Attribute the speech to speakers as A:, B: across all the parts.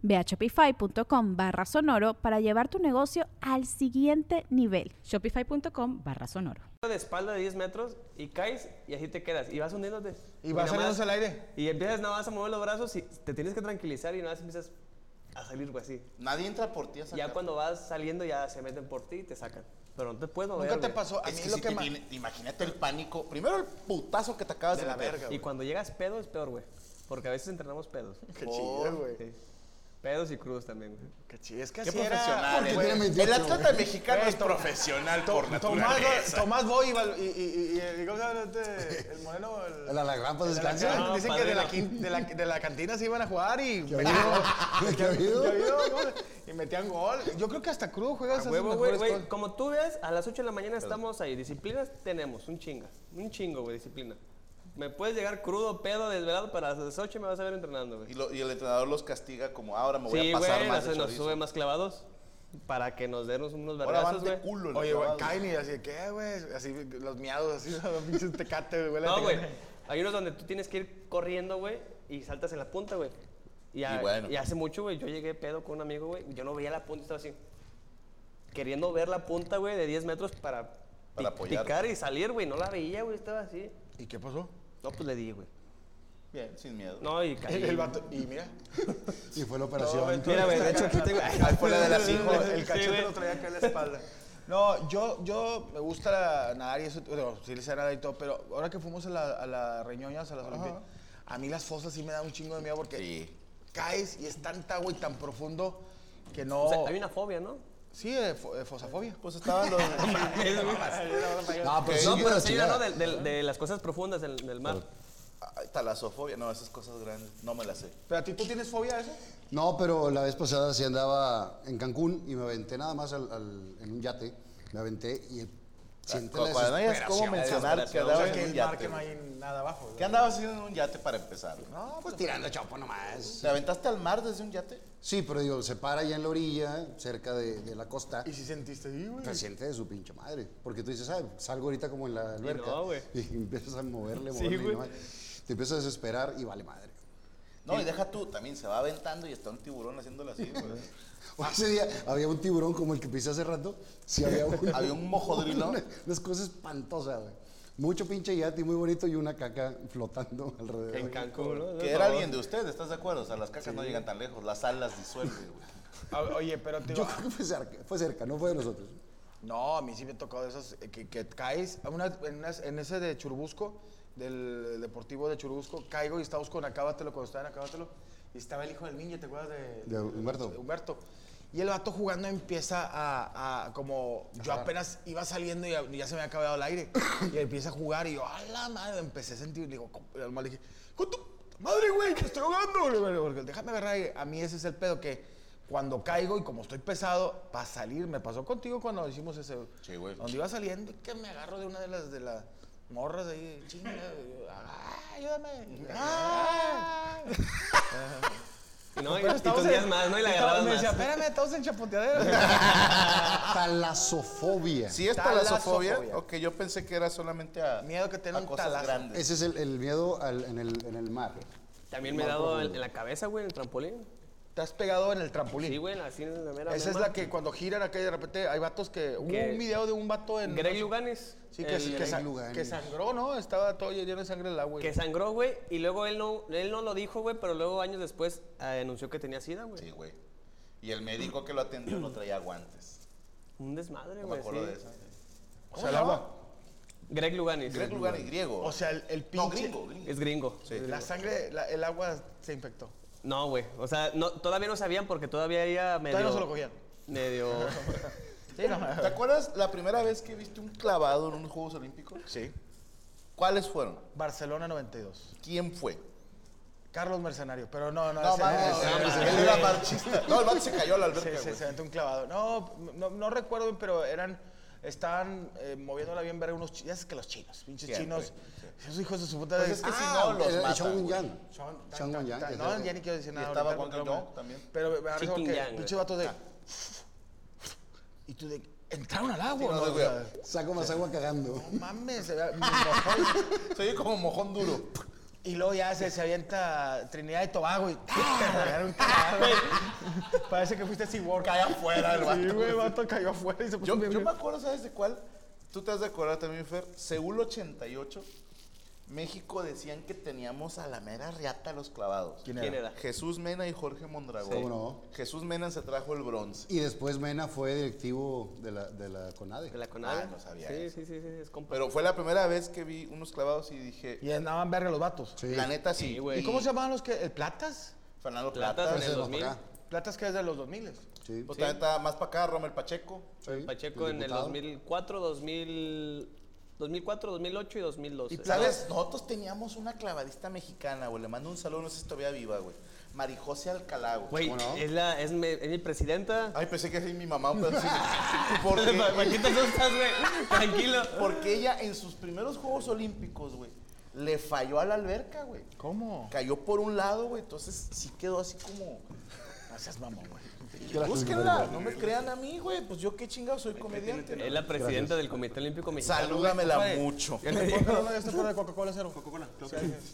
A: Ve a shopify.com barra sonoro para llevar tu negocio al siguiente nivel.
B: Shopify.com barra sonoro.
C: de espalda de 10 metros y caes y así te quedas. Y vas hundiéndote.
D: Y vas
C: nada más-
D: saliéndose al aire.
C: Y empiezas nada más a mover los brazos y te tienes que tranquilizar y nada más empiezas a salir güey, así.
D: Nadie entra por ti a
C: Ya
D: sacar.
C: cuando vas saliendo ya se meten por ti y te sacan. Pero no te puedes mover.
D: Nunca te
C: güey.
D: pasó. A
E: Es
D: mí
E: que
D: lo
E: si
D: que
E: te
D: ma-
E: viene- imagínate el pánico. Primero el putazo que te acabas de,
D: De la
E: meter.
D: verga,
C: Y
D: güey.
C: cuando llegas pedo es peor, güey. Porque a veces entrenamos pedos.
D: Qué chido, güey.
C: Sí. Pedos y crudos también, güey.
D: Oh, Qué chido. Es que
E: Qué
D: así era-
E: profesional,
D: Porque
E: güey.
D: tiene mis
E: El
D: dientes,
E: atleta
D: güey.
E: mexicano
D: Güey,
E: es
D: to-
E: profesional por
D: to- Tomás,
E: naturaleza.
D: Tomás Boy y, Val- y, y, y- y- ¿cómo se llama este? el moreno. El,
E: El alacrán, pues, descanse.
D: alacrán. Dicen que de la,
C: No,
D: quin- de, la, de la cantina se iban a jugar y. metían gol.
E: ¿Qué ha habido?
D: ¿Qué ha habido? ¿Cómo se- Y metían gol. Yo creo que hasta crudo juegas
C: A
D: esas
C: huevo, güey,
D: mejores
C: güey.
D: cosas.
C: Como tú ves, a las 8 de la mañana estamos ahí. Disciplinas tenemos, un chinga. Un chingo, güey, disciplina. Me puedes llegar crudo, pedo, desvelado, pero a las 8 me vas a ver entrenando, güey.
E: Y, lo- y el entrenador los castiga como "Ah, ahora me voy
C: Sí,
E: a pasar
C: güey,
E: más.
C: nos,
E: de
C: nos
E: chorizo".
C: sube más clavados para que nos demos unos
E: ahora van
C: vergazos,
E: de
C: güey.
E: culo. los
D: Oye, güey,
E: clavados.
D: caen y así, ¿qué, güey? Así, los miados, así, los pinches tecates, güey. la
C: No, güey.
D: tecate.
C: Hay unos donde tú tienes que ir corriendo, güey, y saltas en la punta, güey. Y, a-
E: Y bueno.
C: y hace mucho, güey, yo llegué pedo con un amigo, güey. Yo no veía la punta, estaba así. Queriendo ver la punta, güey, de 10 metros para,
E: Para
C: pi-
E: apoyar.
C: picar y salir, güey. No la veía, güey, estaba así.
D: ¿Y qué pasó?
C: No, pues le di, güey.
E: Bien, sin miedo.
C: No, y caí.
D: El, el vato. Y mira.
E: Y fue la operación.
C: Mira, güey, de hecho aquí tengo...
E: Ahí fue la de las cinco.
D: El cachete
C: güey.
D: lo traía acá en la espalda. No, yo, yo me gusta la- nadar y eso, bueno, sí le sé nadar y todo, pero ahora que fuimos a la, a la Reñoñas, a las Olimpiadas, a mí las fosas sí me dan un chingo de miedo porque
E: Sí.
D: caes y es tanta agua y tan profundo que no...
C: O sea, hay una fobia, ¿no?
D: Sí, de, fo- de fosafobia.
E: Pues estaban los. No,
F: pues
E: pero
C: No, pero sí, no,
E: chingada.
C: de, de- de las cosas profundas del, del mar.
E: Ay, Talasofobia, no, esas cosas grandes. No me las sé.
D: ¿Pero a ti tú tienes fobia a eso?
F: No, pero la vez pasada sí andaba en Cancún y me aventé nada más al- al- en un yate. Me aventé y siente la
E: Cu- Cuando no hayas
C: la
E: cómo desesperación. mencionar que
C: desesperación.
D: O
E: andabas
D: sea, que
E: en
D: el
E: un
D: mar
E: yate.
D: que no
E: güey.
D: hay nada abajo.
E: ¿Qué andabas haciendo en un yate para empezar? güey?
D: No, pues
F: tirando chopo nomás.
E: ¿Te aventaste al mar desde un yate?
F: Sí, pero digo, se para allá en la orilla, cerca de, de la costa.
D: ¿Y si sentiste ahí, güey?
F: Se siente de su pinche madre. Porque tú dices, ah, salgo ahorita como en la alberca.
C: no, güey.
F: Y empiezas a moverle,
C: Sí,
F: moverle. y
C: güey.
F: no hay- te empiezas a desesperar y vale madre.
E: No, y deja tú, también se va aventando y está un tiburón haciéndolo así, güey.
F: O ese día había un tiburón como el que pisé hace rato. Sí, había un,
E: Había un mojodrilo.
F: Una, unas cosas espantosas, güey. Mucho pinche yate muy bonito y una caca flotando alrededor.
C: En Cancún, ¿no?
E: Que era alguien de ustedes, ¿estás de acuerdo? O sea, las cacas no llegan tan lejos, las alas disuelven, güey.
D: A- Ah, Oye, pero te
F: Yo creo que fue cerca, fue cerca, no fue de nosotros.
D: No, a mí sí me ha tocado de esas eh, que, que caes. a una- en, unas- en ese de Churubusco, del Deportivo de Churubusco, caigo y estábamos con Acábatelo, cuando estaba en Acábatelo. Y estaba el hijo del niño, ¿te acuerdas de,
F: De Humberto.
D: de Humberto. Y el vato jugando empieza a, a- como yo apenas iba saliendo y ya, ya se me había acabado el aire. y empieza a jugar y yo, a la madre, empecé a sentir, le digo, "Co-", y al mal dije, "Con tu madre, güey, que estoy ahogando. Le digo, "Porque Déjame agarrar. aire". A mí ese es el pedo que cuando caigo y como estoy pesado, para salir, me pasó contigo cuando hicimos ese.
E: Sí, güey.
D: Donde iba saliendo y que me agarro de una de las de las morras ahí, chinga, y yo, "Ah, ayúdame. Ah.
C: Y no, y,
D: Pero
C: y
D: estamos
C: tus
D: en-
C: días más, ¿no? Y la
D: estamos-
C: agarrabas
D: Me decía,
C: más.
D: espérame, estamos en chapoteadera.
F: Talasofobia.
E: Si es
D: Talasofobia.
E: talasofobia, ok, yo pensé que era solamente a.
D: Miedo que te den
E: a
D: un
E: cosas
D: talazo.
E: grandes.
F: Ese es el, el miedo al- en, el, en el mar.
C: También me he
D: pues,
C: dado en, en la cabeza, güey, en el trampolín.
D: Te has pegado en el trampolín.
C: Sí, güey, así en la mera.
D: Esa es
C: mema.
D: la que cuando giran acá y de repente hay vatos que. Hubo
C: Que-
D: un video de un vato en.
C: Greg Luganes.
D: Sí, que,
C: el-
D: que
F: Greg
D: sa-
F: Luganes.
D: que sangró, ¿no? Estaba todo lleno de sangre el agua.
C: que sangró, güey, y luego él no, él no lo dijo, güey, pero luego años después eh, anunció que tenía sida, güey.
E: Sí, güey. Y el médico que lo atendió no traía guantes.
C: Un desmadre,
D: Pues
E: No me
C: güey.
E: acuerdo
C: sí.
E: de eso.
D: O sea, el agua.
C: Greg Luganis.
E: Greg Lugani, griego.
D: O sea, el, el pinche.
E: no, gringo, gringo.
C: Es gringo.
E: Sí.
D: La sangre, la- el agua se infectó.
C: No, güey. O sea, no, todavía no sabían porque todavía era medio.
D: Todavía no se lo cogían.
C: Medio.
D: Sí, no.
E: ¿Te acuerdas la primera vez que viste un clavado en unos Juegos Olímpicos?
D: Sí.
E: ¿Cuáles fueron?
D: Barcelona 92.
E: ¿Quién fue?
D: Carlos Mercenario, pero no, no.
E: No,
D: ese-
E: mames,
D: ese-
E: no,
D: ese-
E: él era marchista. No, el vato se cayó a la
D: Sí,
E: alberca,
D: pues, sí,
E: güey.
D: se aventó un clavado. No, no, no recuerdo, pero eran. Estaban eh, moviéndola bien verga unos. chi- Ya sabes que los chinos, pinches
E: Siempre,
D: chinos. Esos hijos de su puta.
E: Pues
D: de-
E: es que si
D: Ah,
E: no, los
F: el- el
E: matan,
F: Shang Wen
E: güey.
F: Yang.
D: Son-
F: Shang Wen Yang, que es
D: no,
F: el-
D: ya ni quiero decir
E: y
D: nada.
E: estaba
D: ahorita,
E: Juan
D: pero-
E: Gabriel también. Ah.
D: Pero me parece
C: Chicken
D: porque
C: Yang, güey.
D: pinche vato de. Y tú de. Entraron al agua,
E: Sí, no,
D: ¿no?
E: de
D: O
E: güey.
D: sea,
F: Saco más agua cagando.
D: no mames, se ve- me enojó.
E: Se oye como mojón duro.
D: Y luego ya se, se avienta Trinidad y Tobago y te regaron un cagado. Parece que fuiste Sea World.
E: Cae afuera el
D: Sí,
E: vato.
D: güey, el vato cayó afuera y se puso
E: Yo,
D: bien-
E: yo me acuerdo, ¿sabes de cuál? Tú te has de acordar también, Fer. Seúl 88, México decían que teníamos a la mera riata los clavados.
D: ¿Quién
C: ¿Quién era?
E: Jesús Mena y Jorge Mondragón.
F: Sí. ¿Cómo
E: Jesús Mena se trajo el bronce.
F: Y después Mena fue directivo de la, de la CONADE.
C: De la Conade.
E: Ah, no sabía
C: Sí,
E: eso.
C: sí, sí, sí, es compa.
E: Pero fue la primera vez que vi unos clavados y dije,
D: Y andaban verga los vatos.
F: Sí.
E: la neta sí.
C: Sí, güey.
D: ¿Y cómo se llamaban los que? ¿El Platas?
E: Fernando
C: Plata,
E: Plata,
C: en el
F: Ese es más
C: 2000.
F: para acá.
D: Platas que es de los 2000.
F: Sí.
E: Pues también está más para acá, Rommel Pacheco.
F: Sí,
C: Pacheco en el
F: diputado.
C: 2004, 2000, 2004, 2008 y 2012.
E: ¿Sabes? Nosotros teníamos una clavadista mexicana, güey. Le mando un saludo, no sé si todavía viva, güey. Marijose Alcalá, güey.
C: Güey,
F: ¿Cómo no?
C: es, la, es, me- es mi presidenta.
E: Ay, pensé que era mi mamá, pero sí. Porque,
C: ¿Para para qué te asustas, güey? Tranquilo.
E: porque ella en sus primeros Juegos Olímpicos, güey, le falló a la alberca, güey.
D: ¿Cómo?
E: Cayó por un lado, güey. Entonces sí quedó así como.
D: No seas mamón, güey.
F: Gracias,
E: Búsquenla,
F: Manuel.
E: no me crean a mí, güey. Pues yo qué chingado soy comediante.
C: Es la presidenta del Comité Olímpico Mexicano.
E: Salúdamela mucho.
D: Pero no, ya está fuera de Coca-Cola cero. Coca-Cola.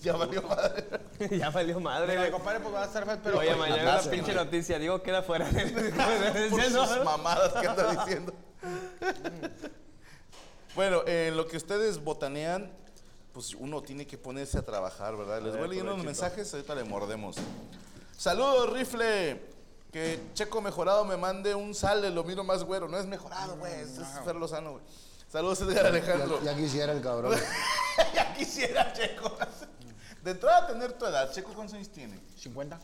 E: Ya valió madre.
C: ya valió madre,
D: Mira,
C: güey.
D: compadre, pues va a estar feo, pero...
C: Oye, mañana la
E: abrazo,
C: pinche
E: madre.
C: noticia. Digo, queda fuera.
E: por
C: Diciendo,
E: sus mamadas que anda diciendo. bueno, en lo que ustedes botanean, pues uno tiene que ponerse a trabajar, ¿verdad? Les voy leyendo los mensajes, ahorita le mordemos. Saludos, rifle. Que Checo Mejorado me mande un sale, lo miro más güero. No es mejorado, güey, es es Fer Lozano, güey. Saludos, Edgar Alejandro.
F: Ya, ya quisiera el cabrón.
E: ya quisiera, Checo. De entrada, tener tu edad. Checo, ¿cuántos años tiene?
D: ¿50?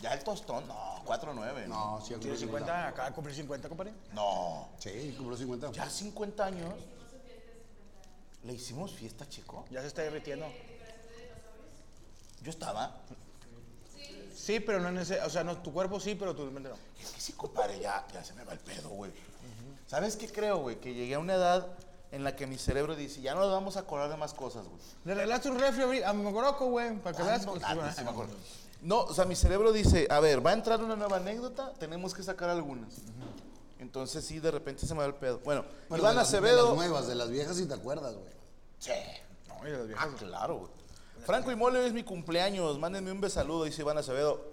E: Ya el tostón, no, 4-9.
F: No, sí, ya cumplió
D: ¿Tienes 50? Acaba de cumplir 50, compadre.
E: No.
F: Sí, cumplió 50.
E: Ya 50 años. ¿Le hicimos fiesta, chico?
D: Ya se está derritiendo.
E: Yo estaba.
D: Sí, pero no en ese... O sea, no, tu cuerpo sí, pero tu mente no.
E: Es que sí, compadre, ya, ya se me va el pedo, güey. ¿Sabes qué creo, güey? Que llegué a una edad en la que mi cerebro dice, ya no nos vamos a acordar de más cosas, güey.
D: Le regalaste un refri a mi- a mi Mocoroco, güey, para que veas...
E: Ah, no, ah, sí me acuerdo. No, o sea, mi cerebro dice, a ver, va a entrar una nueva anécdota, tenemos que sacar algunas. Entonces sí, de repente se me va el pedo. Bueno,
F: Bueno,
E: Iván
F: de las- De las
E: Acevedo.
F: nuevas, de las viejas, si te acuerdas, güey.
E: Sí.
D: No, mira, las
E: Ah,
D: viejas.
E: claro, güey. Franco y Mole es mi cumpleaños. Mándenme un besaludo, dice Iván Acevedo.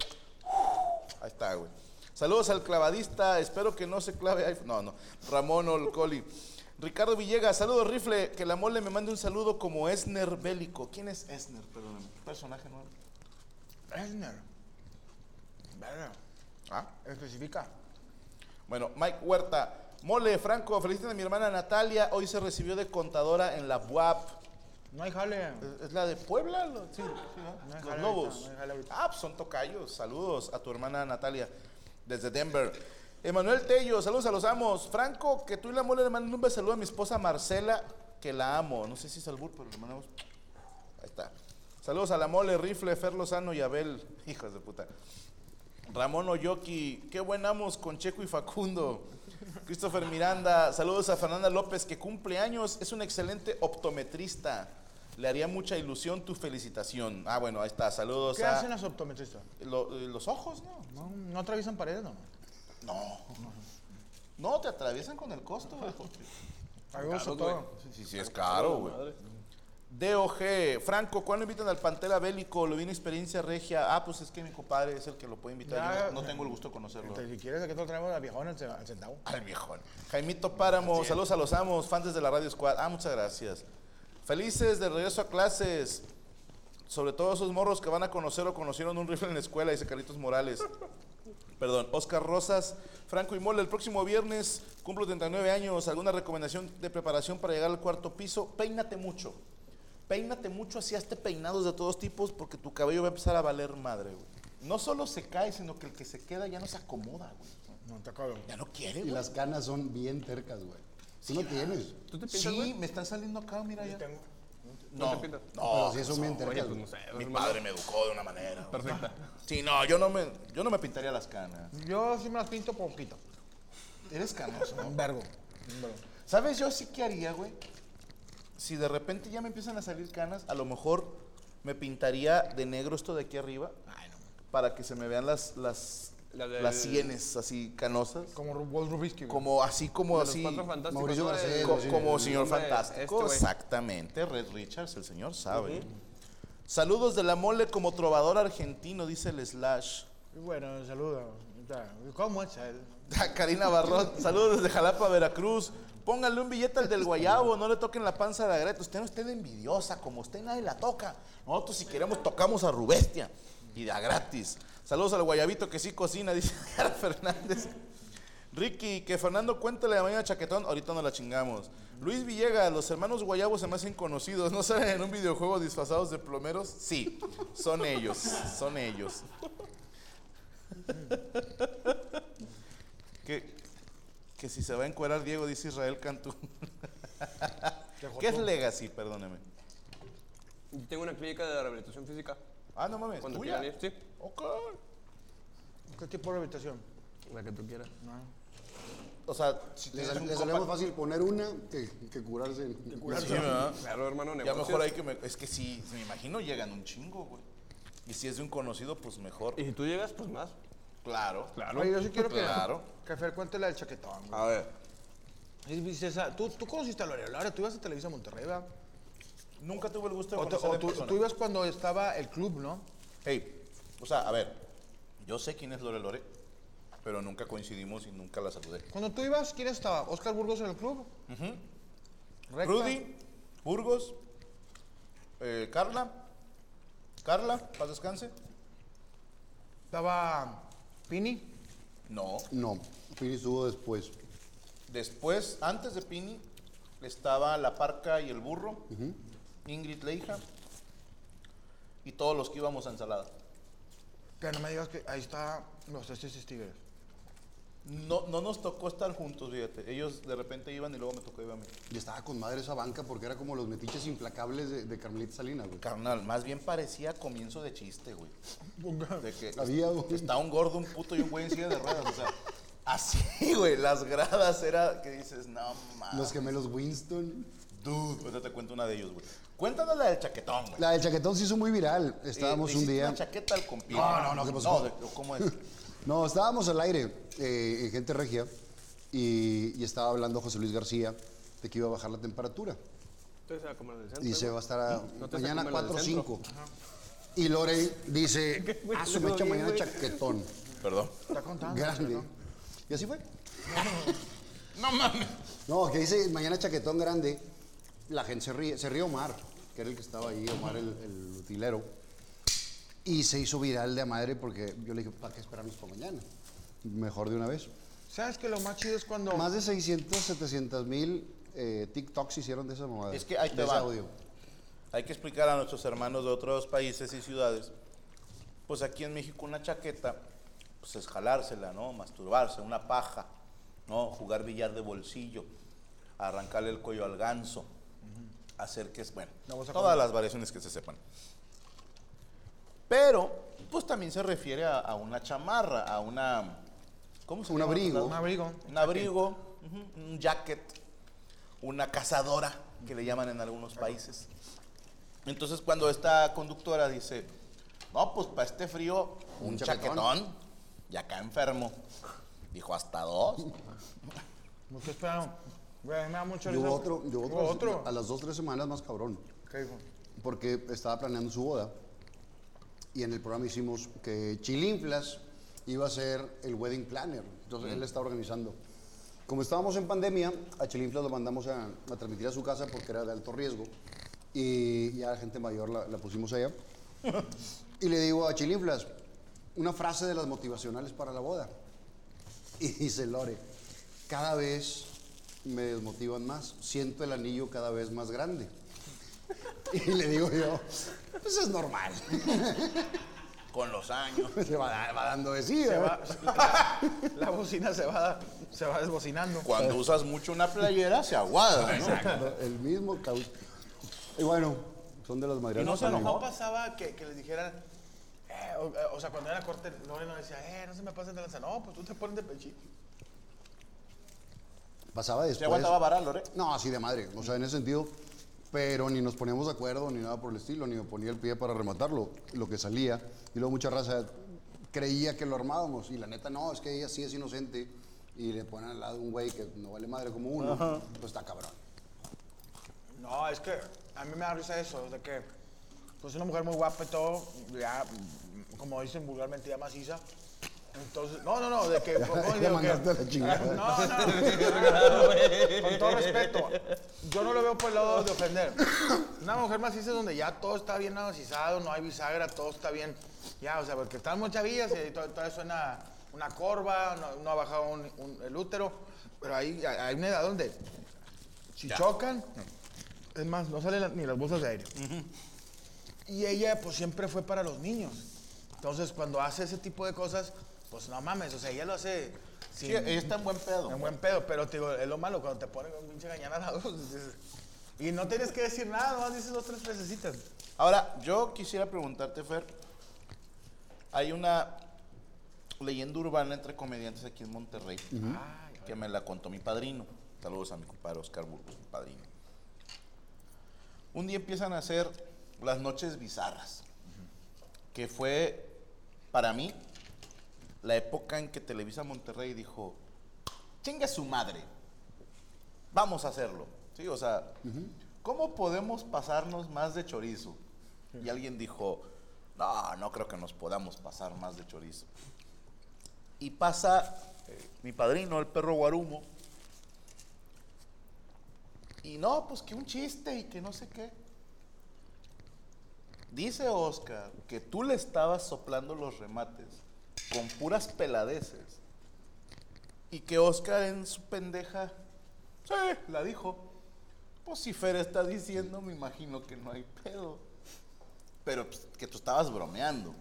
E: Ahí está, güey. Saludos al clavadista. Espero que no se clave. iPhone. No, no. Ramón Olcoli. Ricardo Villegas, saludos, rifle. Que la mole me mande un saludo como Esner Bélico. ¿Quién es Esner? Perdóname. Personaje nuevo.
D: Esner. Verga.
E: Ah.
D: Especifica.
E: Bueno, Mike Huerta. Mole, Franco, feliciten a mi hermana Natalia. Hoy se recibió de contadora en la BUAP.
D: No hay jale.
E: ¿Es- ¿Es la de Puebla? Lo- Sí, sí, ¿no?
D: No hay
E: Los
D: jale
E: Lobos.
D: ahorita, no hay jale ahorita.
E: Ah, pues son tocayos. Saludos a tu hermana Natalia desde Denver. Emanuel Tello, saludos a los amos. Franco, que tú y la mole le manden un beso saludo a mi esposa Marcela, que la amo. No sé si es albur, pero le mandamos. Ahí está. Saludos a la mole, Rifle, Fer Lozano y Abel. Hijos de puta. Ramón Oyoki, qué buen amos con Checo y Facundo. Christopher Miranda, saludos a Fernanda López, que cumple años, es un excelente optometrista. Le haría mucha ilusión tu felicitación. Ah, bueno, ahí está, saludos
D: ¿Qué
E: a
D: hacen las optometristas?
E: lo- eh, los ojos, ¿no?
D: No, no atraviesan paredes, no.
E: No. No, te atraviesan con el costo, güey.
D: Ahí usa todo.
E: Sí, sí, sí, es caro, güey. DOG, Franco, ¿cuándo invitan al Pantera Bélico? Lo vi en Experiencia Regia. Ah, pues es que mi compadre es el que lo puede invitar.
D: Ya.
E: Yo no, no tengo el gusto de conocerlo.
D: Entonces, si quieres, aquí te lo traemos a viejón al ce- al centavo.
E: Al viejón. Jaimito Páramo, saludos a los amos, fans de la Radio Squad. Ah, muchas gracias. Felices de regreso a clases. Sobre todo esos morros que van a conocer o conocieron un rifle en la escuela, dice Carlitos Morales. Perdón, Oscar Rosas, Franco y Mole, el próximo viernes cumplo 39 años. ¿Alguna recomendación de preparación para llegar al cuarto piso? Peínate mucho. Peínate mucho, así hazte peinados de todos tipos porque tu cabello va a empezar a valer madre, güey. No solo se cae, sino que el que se queda ya no se acomoda, güey.
D: No, está cabrón.
E: Ya no quiere,
F: Y
E: güey.
F: las canas son bien tercas, güey. Tú no tienes.
C: ¿Tú te pintas,
E: Sí,
C: güey?
E: me están saliendo acá, mira ya.
D: Tengo-
E: No,
C: te pintas?
E: no,
F: Pero sí son bien
C: Oye,
F: tercas,
C: pues
F: güey.
C: no sé.
E: mi
C: hermano.
E: padre me educó de una manera. güey.
C: Perfecta.
E: Sí, no, yo no me, yo no me pintaría las canas.
D: Yo sí me las pinto poquito.
E: Eres canoso.
D: Un vergo.
E: ¿Sabes yo sí que haría, güey? Si de repente ya me empiezan a salir canas, a lo mejor me pintaría de negro esto de aquí arriba
D: Ay, no.
E: para que se me vean las las,
C: La del-
E: las sienes así canosas,
D: Como Ru- Wolf Rubisky. güey.
E: como así como
C: Los
E: así
C: cuatro fantásticos.
F: Mauricio
C: ¿no?
F: Garcés,
C: El-
E: co-
F: sí,
E: como
C: sí.
E: señor
C: Hombre, este
E: fantástico,
C: güey.
E: exactamente, Red Richards, el señor sabe. Saludos de la mole como trovador argentino, dice el slash.
D: Y bueno, saluda. ¿Cómo es eh? él?
E: Karina Barrot, saludos desde Jalapa, Veracruz. Póngale un billete al del guayabo, no le toquen la panza de la greta. Usted no esté de envidiosa, como usted nadie la toca. Nosotros si queremos tocamos a Rubestia y da gratis. Saludos al guayabito que sí cocina, dice Sara Fernández. Ricky, que Fernando cuéntale la mañana a chaquetón, ahorita no la chingamos. Luis Villegas, los hermanos guayabos se me hacen conocidos, ¿no salen en un videojuego disfrazados de plomeros? Sí, son ellos, son ellos. Que, que si se va a encuerar Diego, dice Israel Cantú. ¿Qué es Legacy? Perdóneme.
C: Yo Tengo una clínica de rehabilitación física.
E: Ah, no mames.
C: Cuando
E: ¿tuya?
C: quieran ir, sí.
E: Ok.
D: ¿Qué tipo de habitación?
C: La que tú quieras.
E: O sea, si
F: Le,
E: tienes
F: sal-
E: un
F: le salió más
E: compa-
F: fácil poner una que, que curarse. en-
E: Sí, ¿verdad?
C: Claro, hermano,
E: Ya
C: negocios.
E: mejor hay que... Me, es que sí, me imagino llegan un chingo, güey. Y si es de un conocido, pues mejor.
C: Y si tú llegas, pues más.
E: Claro.
C: Claro.
D: Oye, yo sí quiero que,
E: Claro.
D: que Fer cuente la del chaquetón.
C: Ah.
D: güey.
E: A ver.
D: Es Vicesa. ¿Tú, tú conociste a Lorea Lara, tú ibas a Televisa Monterrey, ¿verdad?
E: Nunca tuve el gusto de
D: O, te-
E: conocer
D: o
E: en
D: tú,
E: persona.
D: tú ibas cuando estaba el club, ¿no?
E: Hey, o sea, a ver. Yo sé quién es Lore Lore, pero nunca coincidimos y nunca la saludé.
D: Cuando tú ibas, ¿quién estaba? ¿Oscar Burgos en el club? Recta.
E: Rudy, Burgos, eh, Carla, Carla, paz descanse.
D: Estaba Pini.
E: No.
F: No, Piri estuvo después.
E: Después, antes de Pini, estaba La Parca y el Burro, Ingrid Leija y todos los que íbamos a ensalada.
D: Pero no me digas que ahí está los testes Tigres.
E: No, no nos tocó estar juntos, fíjate. Ellos de repente iban y luego me tocó ir a mí.
F: Y estaba con madre esa banca porque era como los metiches implacables de, de Carmelita Salinas, güey.
E: Carnal, más bien parecía comienzo de chiste, güey. De que
F: Había,
E: est-
F: güey.
E: está un gordo, un puto y un güey en silla de ruedas. O sea, así, güey, las gradas era que dices, no mames.
F: Los gemelos Winston.
E: Dude. Ahorita te cuento una de ellos, güey. Cuéntanos la del chaquetón, güey.
F: La del chaquetón se hizo muy viral. Estábamos
E: Eh, le
F: un
E: hiciste
F: día.
E: una chaqueta al compil.
F: No, no, no, ¿qué pasó?
E: No, de- ¿cómo es?
F: No, estábamos al aire eh, en Gente Regia y, y estaba hablando José Luis García de que iba a bajar la temperatura.
C: Entonces, ah, como la del centro,
F: Dice, va a
C: güey.
F: estar a-
C: No te
F: mañana
C: sacumas la del
F: 4 o
C: centro.
F: 5. Y Lore dice,
C: güey,
F: ah, su
C: luego
F: mecha
C: bien,
F: mañana
C: güey.
F: chaquetón.
E: Perdón.
D: Está contando.
F: Grande.
D: chaquetón.
F: Y así fue. No mames. No, que dice mañana chaquetón grande. La gente se ríe, se ríe Omar, que era el que estaba ahí, Omar el, el utilero. Y se hizo viral de a madre porque yo le dije, ¿para qué esperarnos para mañana? Mejor de una vez.
D: ¿Sabes que lo más chido es cuando.
F: Más de 600, 700 mil eh, TikToks hicieron de esa mamada.
E: Es que ahí te
F: de ese
E: va.
F: audio.
E: Hay que explicar a nuestros hermanos de otros países y ciudades. Pues aquí en México una chaqueta, pues es jalársela, ¿no? Masturbarse, una paja, ¿no? Jugar billar de bolsillo, arrancarle el cuello al ganso, hacer que es, bueno,
D: No vas a
E: todas
D: comer.
E: las variaciones que se sepan. Pero, pues también se refiere a, a una chamarra, a una... ¿Cómo se
F: Un
E: llama?
F: abrigo.
D: Un abrigo.
E: Un abrigo, ujú, un jacket, una cazadora, que le llaman en algunos países. Entonces, cuando esta conductora dice, no, pues para este frío, un,
F: Un
E: chaquetón.
F: chaquetón".
E: y acá enfermo. Dijo, hasta dos.
D: Mucho esperado. Güey, me da mucho
F: Y hubo
D: risa.
F: otro, y hubo
D: Hubo
F: otro,
D: otro.
F: a las dos, tres semanas más cabrón.
D: ¿Qué dijo?
F: porque estaba planeando su boda y en el programa hicimos que Chilinflas iba a ser el wedding planner, entonces él está organizando. Como estábamos en pandemia, a Chilinflas lo mandamos a, a transmitir a su casa porque era de alto riesgo y ya la gente mayor la, la pusimos allá. Y le digo a Chilinflas, una frase de las motivacionales para la boda. Y dice Lore, cada vez me desmotivan más, siento el anillo cada vez más grande. Y le digo yo, pues es normal,
E: Con los años.
F: se va, da- va dando de sí. ¿verdad?
D: La bocina se va, se va desbocinando.
E: Cuando usas mucho una playera, se aguada, ¿no?
F: El mismo cau- Y bueno, son de las
D: Y
F: madrinas.
D: no, se
F: para mí.
D: no pasaba que, que les dijeran, eh, o, eh, o sea, cuando era corte, Lore no decía, eh, no se me pasen de lanza. No, pues tú te pones de pechito.
F: Pasaba después.
E: Se aguantaba ¿eh? vara, Lore.
F: No, así de madre, o sea, en ese sentido, pero ni nos poníamos de acuerdo, ni nada por el estilo, ni me ponía el pie para rematarlo, lo que salía. Y luego mucha raza creía que lo armábamos, y la neta no, es que ella sí es inocente, y le ponen al lado un güey que no vale madre como uno, pues está cabrón.
D: No, es que a mí me da risa eso, de que, pues una mujer muy guapa y todo, ya, mm, como dicen vulgarmente, ya maciza. Entonces, no, no, no, de que.
F: Ya
D: digo que-
F: mandaste a la chingada.
D: No, no, con todo respeto, yo no lo veo por el lado de ofender. Una mujer maciza es donde ya todo está bien macizado, no hay bisagra, todo está bien. Ya, o sea, porque están muchas vías y to- todavía suena una corva, no, no ha bajado un- un- el útero, pero ahí hay, hay una edad donde si chocan, es más, no salen la- ni las bolsas de aire. Y ella, pues siempre fue para los niños. Entonces, cuando hace ese tipo de cosas, pues no mames, o sea, ella lo hace. sin-
E: Sí, ella está en buen pedo.
D: en buen pedo, pero te digo, es lo malo cuando te ponen un pinche gañana a la luz. dices, Y no tienes que decir nada, nomás dices dos, tres frasecitas.
E: Ahora, yo quisiera preguntarte, Fer. Hay una leyenda urbana entre comediantes aquí en Monterrey que me la contó mi padrino. Saludos a mi compadre Oscar Burgos, mi padrino. Un día empiezan a hacer las noches bizarras, que fue para mí la época en que Televisa Monterrey dijo: chinga su madre, vamos a hacerlo. Sí, o sea, ¿cómo podemos pasarnos más de chorizo? Y alguien dijo, no, no creo que nos podamos pasar más de chorizo. Y pasa eh, mi padrino, el perro Guarumo, y no, pues que un chiste y que no sé qué. Dice Oscar que tú le estabas soplando los remates con puras peladeces. Y que Oscar en su pendeja, sí, la dijo. Pues si Fer está diciendo, me imagino que no hay pedo. Pero pues, que tú estabas bromeando.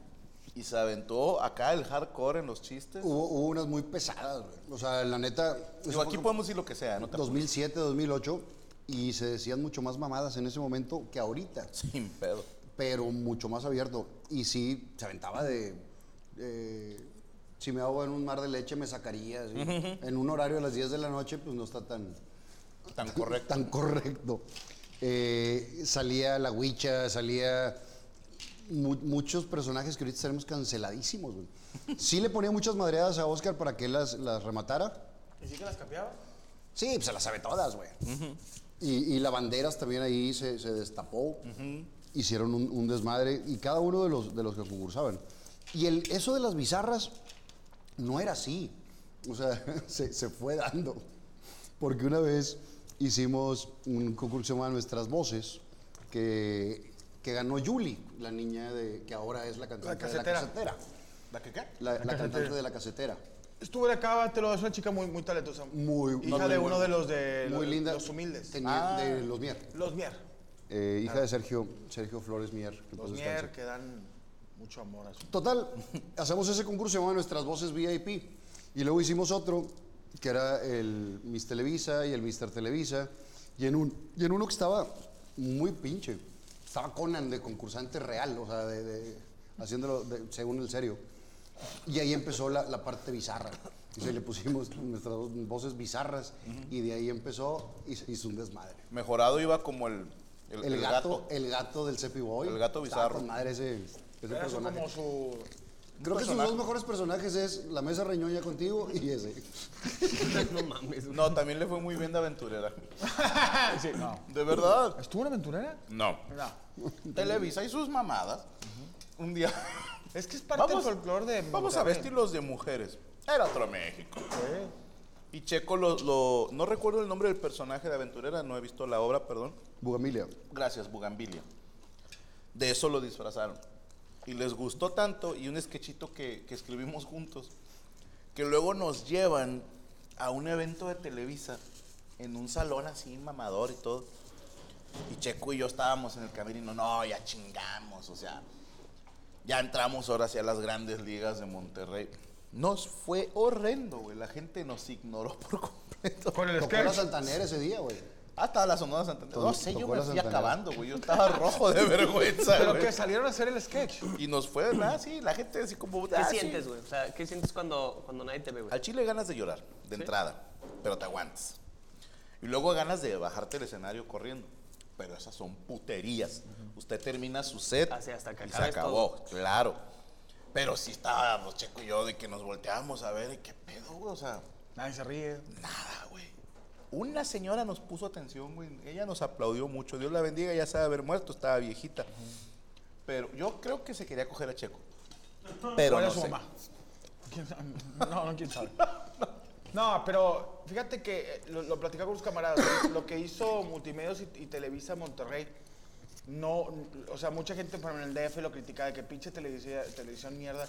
E: Y se aventó acá el hardcore en los chistes.
F: Hubo, hubo unas muy pesadas, güey. O sea, la neta. Uh, eso
E: Digo,
F: fue
E: aquí
F: como
E: podemos decir lo que sea, ¿no? te apures.
F: 2007, 2008, y se decían mucho más mamadas en ese momento que ahorita.
E: Sin pedo.
F: pero mucho más abierto. Y sí, se aventaba de. eh, si me hago en un mar de leche, me sacaría. ¿sí? en un horario a las 10 de la noche, pues no está tan,
E: Tan correcto.
F: tan correcto. Eh, salía la huicha, salía mu- muchos personajes que ahorita estaremos canceladísimos. güey. Sí le ponía muchas madreadas a Oscar para que él las, las rematara.
D: ¿Y sí que las capeaba?
F: Sí, pues se las sabe todas, güey. y, y lavanderas también ahí se, se destapó. Hicieron un, un desmadre y cada uno de los, de los que concursaban. Y el, eso de las bizarras no era así. O sea, se, se fue dando. Porque una vez himos un concurso que se llamaba Nuestras Voces, que, que ganó Yuli, la niña de, que ahora es la cantante de la
D: casetera.
F: casetera.
E: ¿La que qué?
F: La, la cantante de la casetera.
D: Estuve acá, te lo es una chica muy, muy talentosa.
F: Muy
D: Hija
F: muy
D: de uno
F: buena.
D: de los Eh, de
F: Muy
D: los,
F: linda.
D: los humildes. Ah,
F: Tenía- de los Mier.
D: Los Mier.
F: Eh, hija de Sergio, Sergio Flores Mier. que en
D: Los
F: paz
D: Mier
F: descanse.
D: que dan mucho amor a su.
F: Total, hacemos ese concurso llamado Nuestras Voces VIP. Y luego hicimos otro, que era el Miss Televisa y el Mister Televisa. Y en, un, y en uno que estaba muy pinche. Estaba Conan de concursante real, o sea, de, de- haciéndolo de- según el serio. Y ahí empezó la, la parte bizarra. Y se le pusimos nuestras voces bizarras. Y de ahí empezó y se hizo un desmadre.
E: Mejorado iba como el, el,
F: El,
E: el
F: gato, el gato del Cepi Boy.
E: El gato
F: Estaba
E: bizarro.
F: con madre ese, ese
D: Era su-
F: personaje.
D: como su.
F: Creo que sus
E: personaje.
F: dos mejores personajes es La Mesa Reñoña contigo y ese.
C: No mames. güey.
E: No, también le fue muy bien de aventurera.
D: Sí, no.
E: ¿De verdad?
D: ¿Estuvo una aventurera?
E: No.
D: No.
E: Televisa y sus mamadas. Un día.
D: Es que es parte
E: Vamos-
D: del folclore de.
E: Vamos a
D: Monterrey.
E: vestirlos de mujeres. Era otro México.
D: Sí.
E: Y Checo lo, lo- No recuerdo el nombre del personaje de aventurera, no he visto la obra, perdón.
F: Bugamilia.
E: Gracias, Bugambilia. De eso lo disfrazaron. Y les gustó tanto, y un sketchito que, que escribimos juntos, que luego nos llevan a un evento de Televisa, en un salón así, mamador y todo. Y Checo y yo estábamos en el camerino, no, ya chingamos, o sea, ya entramos ahora hacia las grandes ligas de Monterrey. Nos fue horrendo, güey. La gente nos ignoró por completo.
D: Con el
F: Tocó la
D: sketch.
F: Santanera ese día, güey.
E: Hasta Ah, la Sonora Santander.
F: Tocó-
E: No sé, yo
F: tocó
E: me
F: la
E: fui
F: Santanera.
E: acabando, güey. Yo estaba rojo de vergüenza,
D: Pero
E: güey.
D: que salieron a hacer el sketch.
E: Y nos fue, nada, sí. La gente así como...
C: ¿Qué
E: "Ah, sí".
C: sientes, güey? O sea, ¿qué sientes cuando, cuando nadie te ve, güey?
E: Al chile ganas de llorar, de entrada, pero te aguantas. Y luego ganas de bajarte del escenario corriendo. Pero esas son puterías. Usted termina su set
C: Así Ah, hasta que
E: y se
C: acabes
E: acabó, claro. Pero sí estábamos, Checo y yo, de que nos volteábamos a ver, y qué pedo, güey, o sea,
D: Nadie se ríe.
E: nada, güey. Una señora nos puso atención, güey. Ella nos aplaudió mucho. Dios la bendiga, ya sabe haber muerto, estaba viejita. Pero yo creo que se quería coger a Checo. Pero
D: ¿Cuál
E: no
D: es su
E: sé.
D: mamá? ¿Quién sabe? No, no, quién sabe. No, pero fíjate que eh, lo, lo platicaba con unos camaradas. Lo que hizo Multimedios y, y Televisa Monterrey, no, o sea, mucha gente por ejemplo, en el DF lo critica de que pinche televisión, televisión mierda.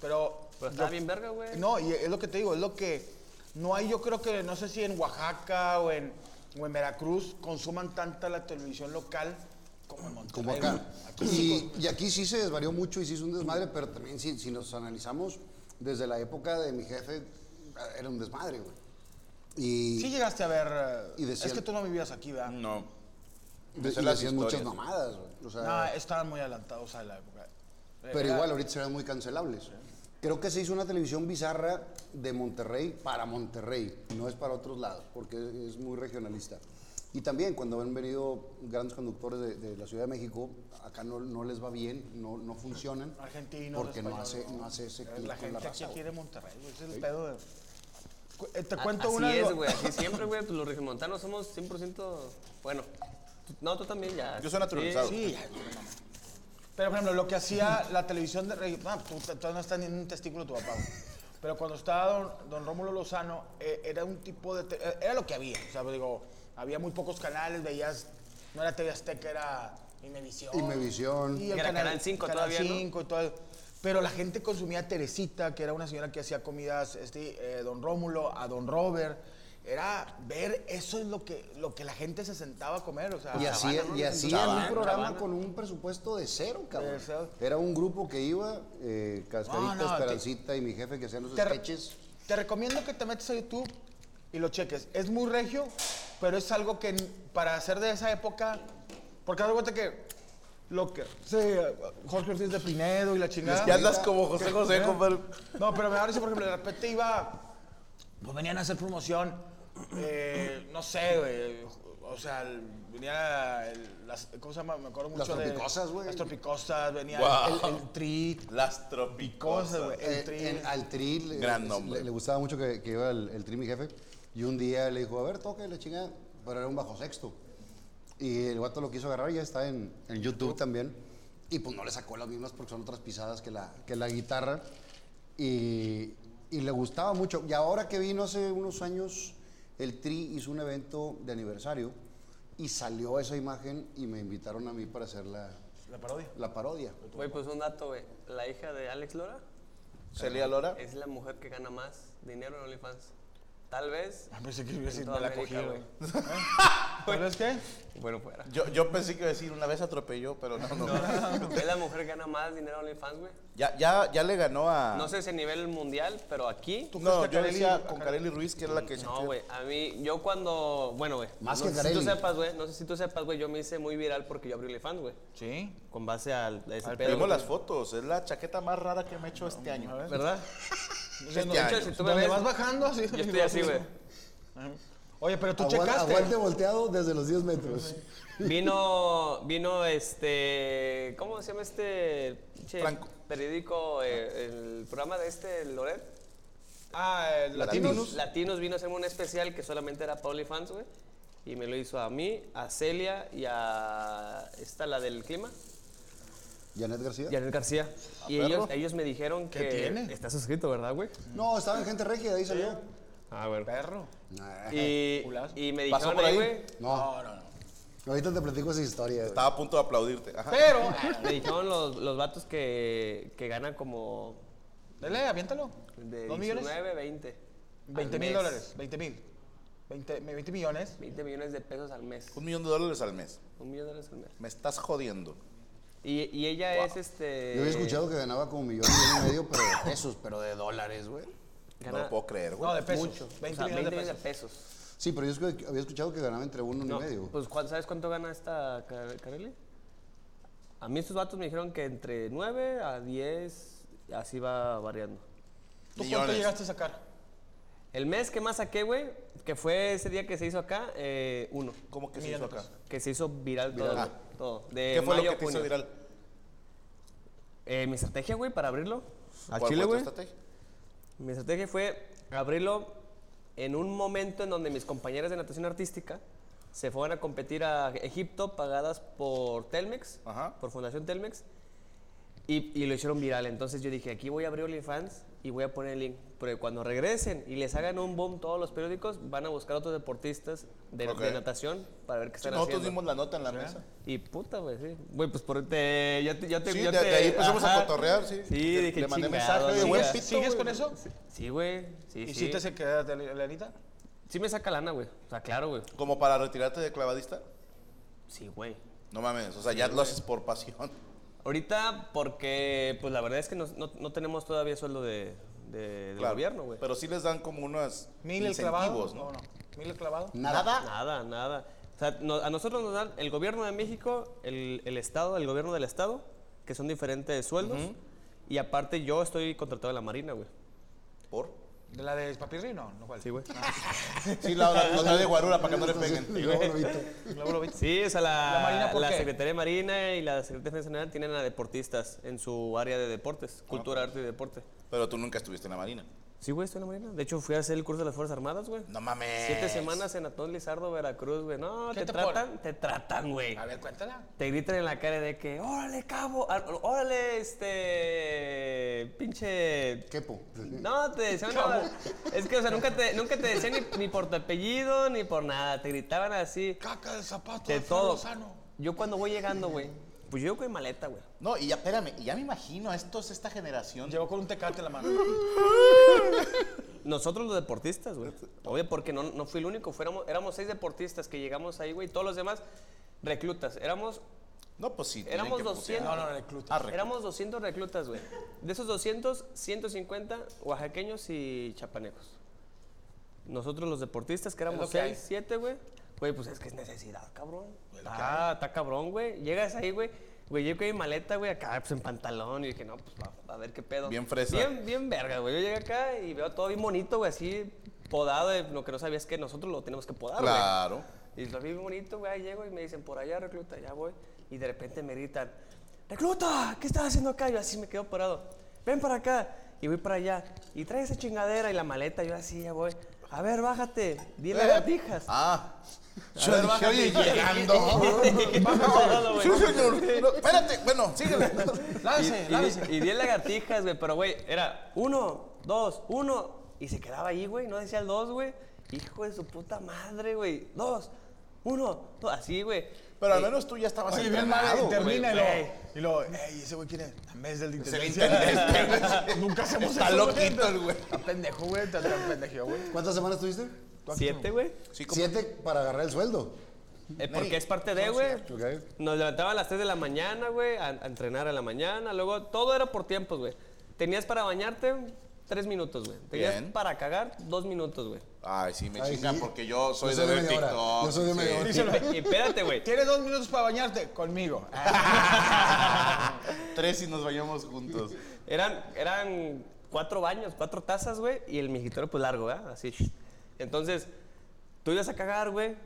D: Pero,
C: Pero estaba bien verga, güey.
D: no, y es lo que te digo, es lo que no hay, yo creo que, no sé si en Oaxaca o en, o en Veracruz consuman tanta la televisión local como en Monterrey.
F: Como acá.
D: güey.
F: Y, y aquí sí se desvarió mucho y sí es un desmadre, pero también si, si nos analizamos, desde la época de mi jefe, era un desmadre, güey. Y,
D: Sí llegaste a ver, eh,
F: Y decían-
D: es que tú no vivías aquí, ¿verdad?
E: No.
F: de-
E: Esas
F: y
E: las
F: hacían muchas
E: historias.
F: mamadas, güey. O sea,
D: No, eh. estaban muy adelantados a la época.
F: Pero igual ahorita serán muy cancelables. Creo que se hizo una televisión bizarra de Monterrey para Monterrey, no es para otros lados, porque es muy regionalista. Y también cuando han venido grandes conductores de, de la Ciudad de México, acá no, no les va bien, no, no funcionan.
D: Argentinos,
F: Porque no
D: españoles,
F: hace- no hace ese clic
D: La
F: con
D: gente
F: la
D: aquí
F: raza, güey.
D: quiere Monterrey, güey, ese es el pedo de... Cu- eh, Te
C: A-
D: cuento
C: así
D: una... de
C: es,
D: lo-
C: güey. Así siempre, güey. pues, Los regimontanos somos 100%. Bueno. tú- No, tú también ya.
E: Yo soy naturalizado.
D: Sí, ya, güey, no mames. Pero, por ejemplo, lo que hacía la televisión de... reg- Ah, tú, tú no estás ni en un testículo de tu papá, güey. Pero cuando estaba don, don Rómulo Lozano, eh, era un tipo de... te- eh, Era lo que había, o sea, digo, había muy pocos canales, veías... No era TV Azteca, era Imevisión.
F: Imevisión.
D: Y el
C: Que era
D: canal,
C: Canal 5
D: Canal
C: todavía, ¿no?
D: 5 y todo. Pero la gente consumía a Teresita, que era una señora que hacía comidas, este, eh, Don Rómulo, a Don Robert. Era ver, eso es lo que, lo que la gente se sentaba a comer. O sea,
F: Y
D: así
F: hacían, y hacían
E: Sabana,
F: un programa
C: Sabana.
F: con un presupuesto de cero, cabrón.
D: De cero.
F: Era un grupo que iba, eh, Cascarita,
D: No, no, te-
F: Esperancita y mi jefe que hacían los
D: te, re-
F: sketches.
D: te recomiendo que te metas a YouTube y lo cheques. Es muy regio, pero es algo que n- para hacer de esa época. Porque haz de cuenta que lo que. Sí, Jorge Ortiz de Pinedo y la chingada.
E: Ya andas como José José,
D: ¿Eh?
E: compadre.
D: No, pero me parece, por ejemplo, de repente iba. Pues venían a hacer promoción. eh, no sé, güey. O sea, el- venía. el- las, ¿Cómo se llama? Me acuerdo mucho
F: Las
D: de.
F: tropicosas, güey.
D: Las tropicosas, venía
E: Wow.
D: el, el, el tri.
E: Las
D: Cosas,
E: tropicosas.
D: güey. El
F: Eh,
D: tri.
F: en- al tri le-
E: Gran
F: le-
E: nombre.
F: Le, gustaba mucho que, que iba el, el tri mi jefe y un día le dijo, a ver, toque la chingada, pero era un bajo sexto. Y el guato lo quiso agarrar, ya está en, en YouTube también. Y pues no le sacó las mismas porque son otras pisadas que la, que la guitarra. Y, y le gustaba mucho. Y ahora que vino hace unos años, el Tri hizo un evento de aniversario y salió esa imagen y me invitaron a mí para hacer la,
D: La parodia.
F: la parodia.
C: Güey, pues un dato, güey. La hija de Alex Lora
E: Celia Lora.
C: es la mujer que gana más dinero en OnlyFans. Tal vez.
D: Ah, pensé que iba a
C: en
D: decir,
C: toda
D: me la
C: América,
D: cogí, güey. ¿Sabes qué?
C: Bueno, fuera.
E: Yo, yo pensé que iba a decir una vez atropelló, pero no, no.
D: Ah,
C: Es la mujer que gana más dinero en OnlyFans, güey.
E: ya, ya, ya le ganó a.
C: No sé si a nivel mundial, pero aquí.
D: Ah. ¿Tú
E: No,
D: crees que
E: yo
D: Carelli-
E: decía con Carelli Ruiz, que era la que.
C: No, güey. A mí, yo cuando. Bueno, güey.
F: Más
C: no
F: que
C: sé si tú
F: Carelli.
C: sepas, güey. No sé si tú sepas, güey. Yo me hice muy viral porque yo abrí OnlyFans, güey.
D: Sí.
C: Con base al. a ese pedo,
E: Vimos
C: güey.
E: las fotos, es la chaqueta más rara que me he hecho este año.
C: ¿Verdad?
E: Este
C: De hecho,
E: año.
C: si tú me ves.
D: Donde vas bajando así.
C: Yo estoy así, güey.
D: Oye, pero tú
F: Aguante-
D: checaste.
F: aguante volteado desde los 10 metros.
C: Vino, vino este, ¿cómo se llama este pinche
E: Franco.
C: periódico, eh, el programa de este Loret?
D: Ah, eh, latinos.
C: Latinos. Latinos vino a hacerme un especial que solamente era para OnlyFans, güey. Y me lo hizo a mí, a Celia y a esta, la del clima,
F: Janet García.
C: Janet García. Y ellos, ellos me dijeron que...
D: ¿Qué tiene?
C: Está suscrito, ¿verdad, güey?
F: No, estaba en gente regia, ahí salió.
C: Ah, bueno.
D: Perro.
F: Nah.
C: Y,
D: Culazo.
C: y me
E: ¿Pasó
C: dijeron,
E: por
C: "Ey,
E: ahí?"
C: güey,
F: No,
D: No, no, no.
F: Ahorita te platico esa historia. güey.
E: Estaba a punto de aplaudirte. Ajá.
G: Pero,
C: Me dijeron los, los vatos que, que ganan como
G: dale, aviéntalo.
C: de
G: ¿Dos millones?
C: 19, 20. al
G: 20 mil
C: mes.
G: dólares, 20 mil. 20, mi- 20 millones.
C: 20 millones de pesos al mes.
E: Un millón de dólares al mes.
C: Un millón de dólares al mes.
E: Me estás jodiendo.
C: Y, y ella es este.
F: Yo había escuchado que ganaba como millón, millón y medio, pero de pesos, pero de dólares, güey.
E: No
C: gana
E: lo puedo creer, güey.
G: No, de pesos.
C: mucho.
G: 20
C: o sea,
G: millones de
C: 20
G: pesos.
F: Sí, pero yo escu- había escuchado que ganaba entre uno
C: No,
F: y medio.
C: pues, ¿cuán- ¿sabes cuánto gana esta Car- Carelli? A mí estos vatos me dijeron que entre 9 a 10, así va variando.
G: ¿Tú cuánto
E: Millones.
G: llegaste a sacar?
C: El mes que más saqué, güey, que fue ese día que se hizo acá, eh, uno.
E: ¿Cómo que se hizo acá?
C: Que se hizo viral, todo.
E: Viral.
C: güey, todo. De
E: ¿Qué fue
C: mayo
E: lo
C: a
E: que te hizo
C: junio.
E: viral?
C: Eh, mi estrategia, güey, para abrirlo.
E: ¿Cuál fue tu estrategia?
C: Mi estrategia fue abrirlo en un momento en donde mis compañeras de natación artística se fueron a competir a Egipto pagadas por Telmex,
E: Ajá.
C: por Fundación Telmex, y, y lo hicieron viral. Entonces yo dije, aquí voy a abrir OnlyFans y voy a poner el link. Pero cuando regresen y les hagan un boom todos los periódicos, van a buscar otros deportistas de, de
E: Ok.
C: natación para ver qué están
E: Nosotros
C: haciendo.
E: dimos la nota en la mesa.
C: Y puta, güey, sí. Güey, pues por te, ya te, ya te,
E: Sí,
C: ya
E: de-
C: te-
E: de ahí empezamos a
C: ajá.
E: cotorrear, sí.
C: Sí,
E: Le-
C: dije,
E: le mandé
C: "Chingado,
E: mensaje,
C: sí,
E: güey,
C: ya".
E: pito,
G: ¿Sigues
E: güey.
G: con eso?
C: Sí, güey. Sí,
G: ¿Y
C: sí.
G: si te se queda de la anita?
C: Sí me saca lana, güey. O sea, claro, güey.
E: ¿Como para retirarte de clavadista?
C: Sí, güey.
E: No mames, o sea, ya lo haces por pasión.
C: Ahorita, porque, pues la verdad es que nos- no, no tenemos todavía sueldo de, de- del
E: Claro.
C: gobierno, güey.
E: Pero sí les dan como unas
G: ¿Mil el clavado?
E: incentivos,
G: No,
E: ¿no?
G: no. ¿Mil el clavado?
C: Nada. Ah, Nada, nada. O sea, no- a nosotros nos dan el gobierno de México, el, el Estado, el gobierno del Estado, que son diferentes sueldos. Y aparte, yo estoy contratado en la Marina, güey.
E: ¿Por?
G: ¿De la de papirri? No, no cuál. Ah,
C: Sí, güey.
E: Sí, la, la, la de guarura para que no le
F: Sí,
E: peguen.
F: no, lo viste.
G: Luego lo viste.
C: Sí, o sea, la,
G: ¿La Marina por
C: la
G: qué?
C: Secretaría de Marina y la Secretaría de Defensa Nacional tienen a deportistas en su área de deportes,
G: Ah,
C: cultura, arte y deporte.
E: Pero tú nunca estuviste en la marina.
C: Sí, güey, estoy en la Marina. De hecho, fui a hacer el curso de las Fuerzas Armadas, güey.
E: No mames.
C: Siete semanas en Atón Lizardo, Veracruz, güey. No,
G: ¿Qué
C: te,
G: te
C: tratan, te tratan, güey.
G: A ver, cuéntala.
C: Te gritan en la cara de que, órale, cabo, ah, órale, este, pinche...
F: Quepo.
C: No, te decían nada. Es que, o sea, nunca te, nunca te decían ni, ni por tu apellido, ni por nada. Te gritaban así,
G: Caca de zapato
C: de
G: de Fran
C: todo.
G: Lozano.
C: Yo cuando voy llegando, güey, pues yo llego con mi maleta, güey.
E: No, y ya, espérame, y ya me imagino, esto es esta generación.
G: Llegó con un tecate en la mano.
C: Nosotros los deportistas, güey. Obvio, porque no, no fui el único. Fuéramos, éramos seis deportistas que llegamos ahí, güey. Todos los demás reclutas. Éramos
E: No, pues sí. tienen
C: Éramos
E: que
C: 200.
E: putear.
G: recluta.
E: Ah, recluta.
C: Éramos 200 reclutas, güey. De esos 200, 150 oaxaqueños y chapanecos. Nosotros los deportistas, que éramos
G: lo que
C: 6,
G: hay.
C: 7, güey. Güey, pues es que es necesidad, cabrón. Ah, está cabrón, güey. Llegas ahí, güey. Güey, yo con mi maleta, güey, acá pues en pantalón. Y dije, no, pues va- a ver qué pedo.
E: Bien fresa.
C: Bien, bien verga, güey. Yo llegué acá y veo todo bien bonito, güey, así podado. eh, Lo que no sabía es que nosotros lo tenemos que podar, güey.
E: Claro.
C: Y lo vi bonito, güey, ahí llego y me dicen, por allá, recluta, ya voy. Y de repente me gritan, recluta, ¿qué estás haciendo acá? Yo así me quedo parado, ven para acá. Y voy para allá. Y trae esa chingadera y la maleta, yo así ya voy. A ver, bájate, di lagartijas.
E: Ah.
F: Yo dije, oye, llegando.
E: Sí, señor. No, espérate, bueno, síguele.
G: Lávese, lávese.
C: Y, y, y diez lagartijas, güey, pero güey, era uno, dos, uno. Y se quedaba ahí, güey, no decía el dos, güey. Hijo de su puta madre, güey. Dos, uno, dos, así, güey. Eh,
E: Pero al menos tú ya estabas
G: Oye, bien mal,
E: entrenado, güey.
G: termina y luego-
C: güey.
G: y luego, ey, ese güey quién es? Tamés del de
E: Es el
G: intendencia.
E: intendente.
G: Nunca hacemos
E: Está
G: eso, güey.
E: loquito el güey.
G: Está pendejo, güey, está tan pendejo, güey.
F: ¿Cuántas semanas tuviste?
C: Siete, güey.
E: Sí, como-
F: Siete para agarrar el sueldo.
C: Eh, porque es parte de, güey.
F: Ok.
C: Nos levantaban a las 3 de la mañana, güey, a, a entrenar a la mañana. Luego, todo era por tiempos, güey. Tenías para bañarte 3 minutos, güey. Tenías
E: Bien.
C: para cagar 2 minutos, güey.
E: Ay, sí, me
F: Ay,
E: chingan
F: sí.
E: porque yo soy
F: Yo
E: de
F: soy de
E: ver
F: media hora.
E: TikTok.
F: Yo soy de media hora.
C: Y pe- y espérate, güey.
G: Tienes dos minutos para bañarte conmigo. Ah,
E: Tres y nos vayamos juntos.
C: Eran, eran cuatro baños, cuatro tazas, güey, y el migitorio, pues largo, ¿verdad? Así. Entonces, tú ibas a cagar, güey,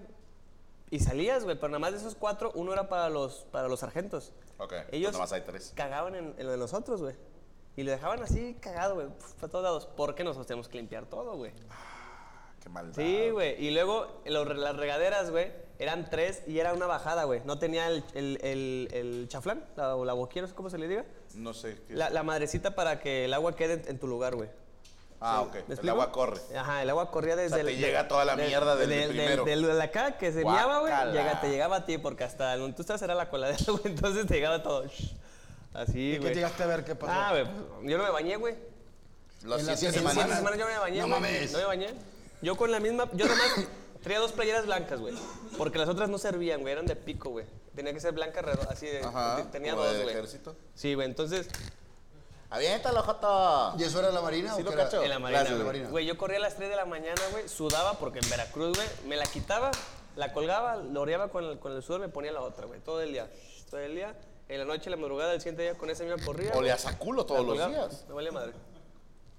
C: y salías, güey, pero nada más de esos cuatro, uno era para los, para los sargentos.
E: Ok, pues
C: Ellos
E: nada más hay tres.
C: cagaban en, en lo de nosotros, güey. Y lo dejaban así cagado, güey, pf, para todos lados. Porque nosotros tenemos que limpiar todo, güey.
E: Ah, Qué maldad.
C: Sí, güey. Y luego los re- las regaderas, güey, eran tres y era una bajada, güey. No tenía el, el, el- el chaflán, la, o la boquilla, no sé cómo se le diga.
E: No sé qué.
C: La, la madrecita para que el agua quede en, en tu lugar, güey.
E: Ah, ok.
C: ¿Me
E: El
C: explico?
E: agua corre.
C: Ajá, el agua corría desde...
E: sea, te llega toda la mierda del primero.
C: Del, del de acá que se miaba, güey,
E: Guácala.
C: llega- te llegaba a ti porque hasta donde tú estás era la coladera, güey, entonces te llegaba todo. shh, Así,
G: ¿Y qué
C: güey.
G: llegaste a ver? ¿Qué pasó?
C: Ah, güey, pues, yo no me bañé, güey.
E: Las
F: En las
E: siete
F: siete
C: En siete
E: semanas.
C: semanas yo no me bañé,
F: No
C: güey.
F: mames.
C: No me bañé. Yo con la misma... Yo nomás traía dos playeras blancas, güey, porque las otras no servían, güey, eran de pico, güey. Tenía que ser blanca, redo- así de...
E: Ajá,
C: tenía
E: como
C: dos,
E: de
C: güey.
E: ejército.
C: Sí, güey, entonces...
E: ¡Aviéntalo, Joto!
F: ¿Y eso era la marina
E: Sí
F: o
E: lo
F: qué era?
E: cacho.
C: En la
F: Gracias,
C: marina, güey.
F: Marina.
C: Güey, yo corría a las 3 de la mañana, güey, sudaba porque en Veracruz, güey, me la quitaba, la colgaba, lo oreaba con el, con el sudor, me ponía la otra, güey, todo el día, todo el día, en la noche, en la madrugada, el siguiente día con esa misma corrida.
E: O le
C: güey,
E: hace a culo todos
C: la
E: los
C: colgaba,
E: días.
C: Me vale madre.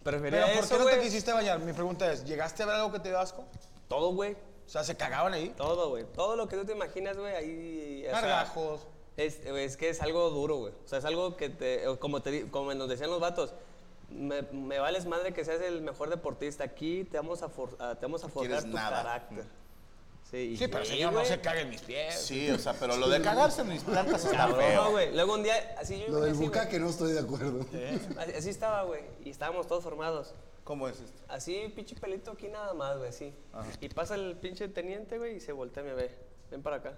C: Prefería
G: Pero ¿por
C: eso,
G: qué no
C: güey.
G: te quisiste bañar? Mi pregunta es, ¿llegaste a ver algo que te dio asco?
C: Todo, güey,
G: O sea, ¿se cagaban ahí?
C: todo, güey, todo lo que tú te imaginas, güey, ahí... o sea,
G: Gargajos.
C: Es, es que es algo duro, güey. O sea, es algo que te, o como, te, di- como nos decían los vatos, me, me vales madre que seas el mejor deportista. Aquí te vamos a, for- a- te vamos a forjar
E: quieres
C: tu
E: nada.
C: carácter. Sí,
G: Sí, pero señor, no se
C: cae.
G: cague en mis pies.
E: Sí, o sea, pero lo de cagarse en mis plantas está feo.
C: güey. Luego un día, así yo
F: Lo del
C: así,
F: bucaque no estoy de acuerdo.
C: güey. Así, así estaba, güey. Y estábamos todos formados.
E: ¿Cómo es esto?
C: Así, pinche pelito aquí nada más, güey, así. Y pasa el pinche teniente, güey, y se voltea y me ve. Ven para acá.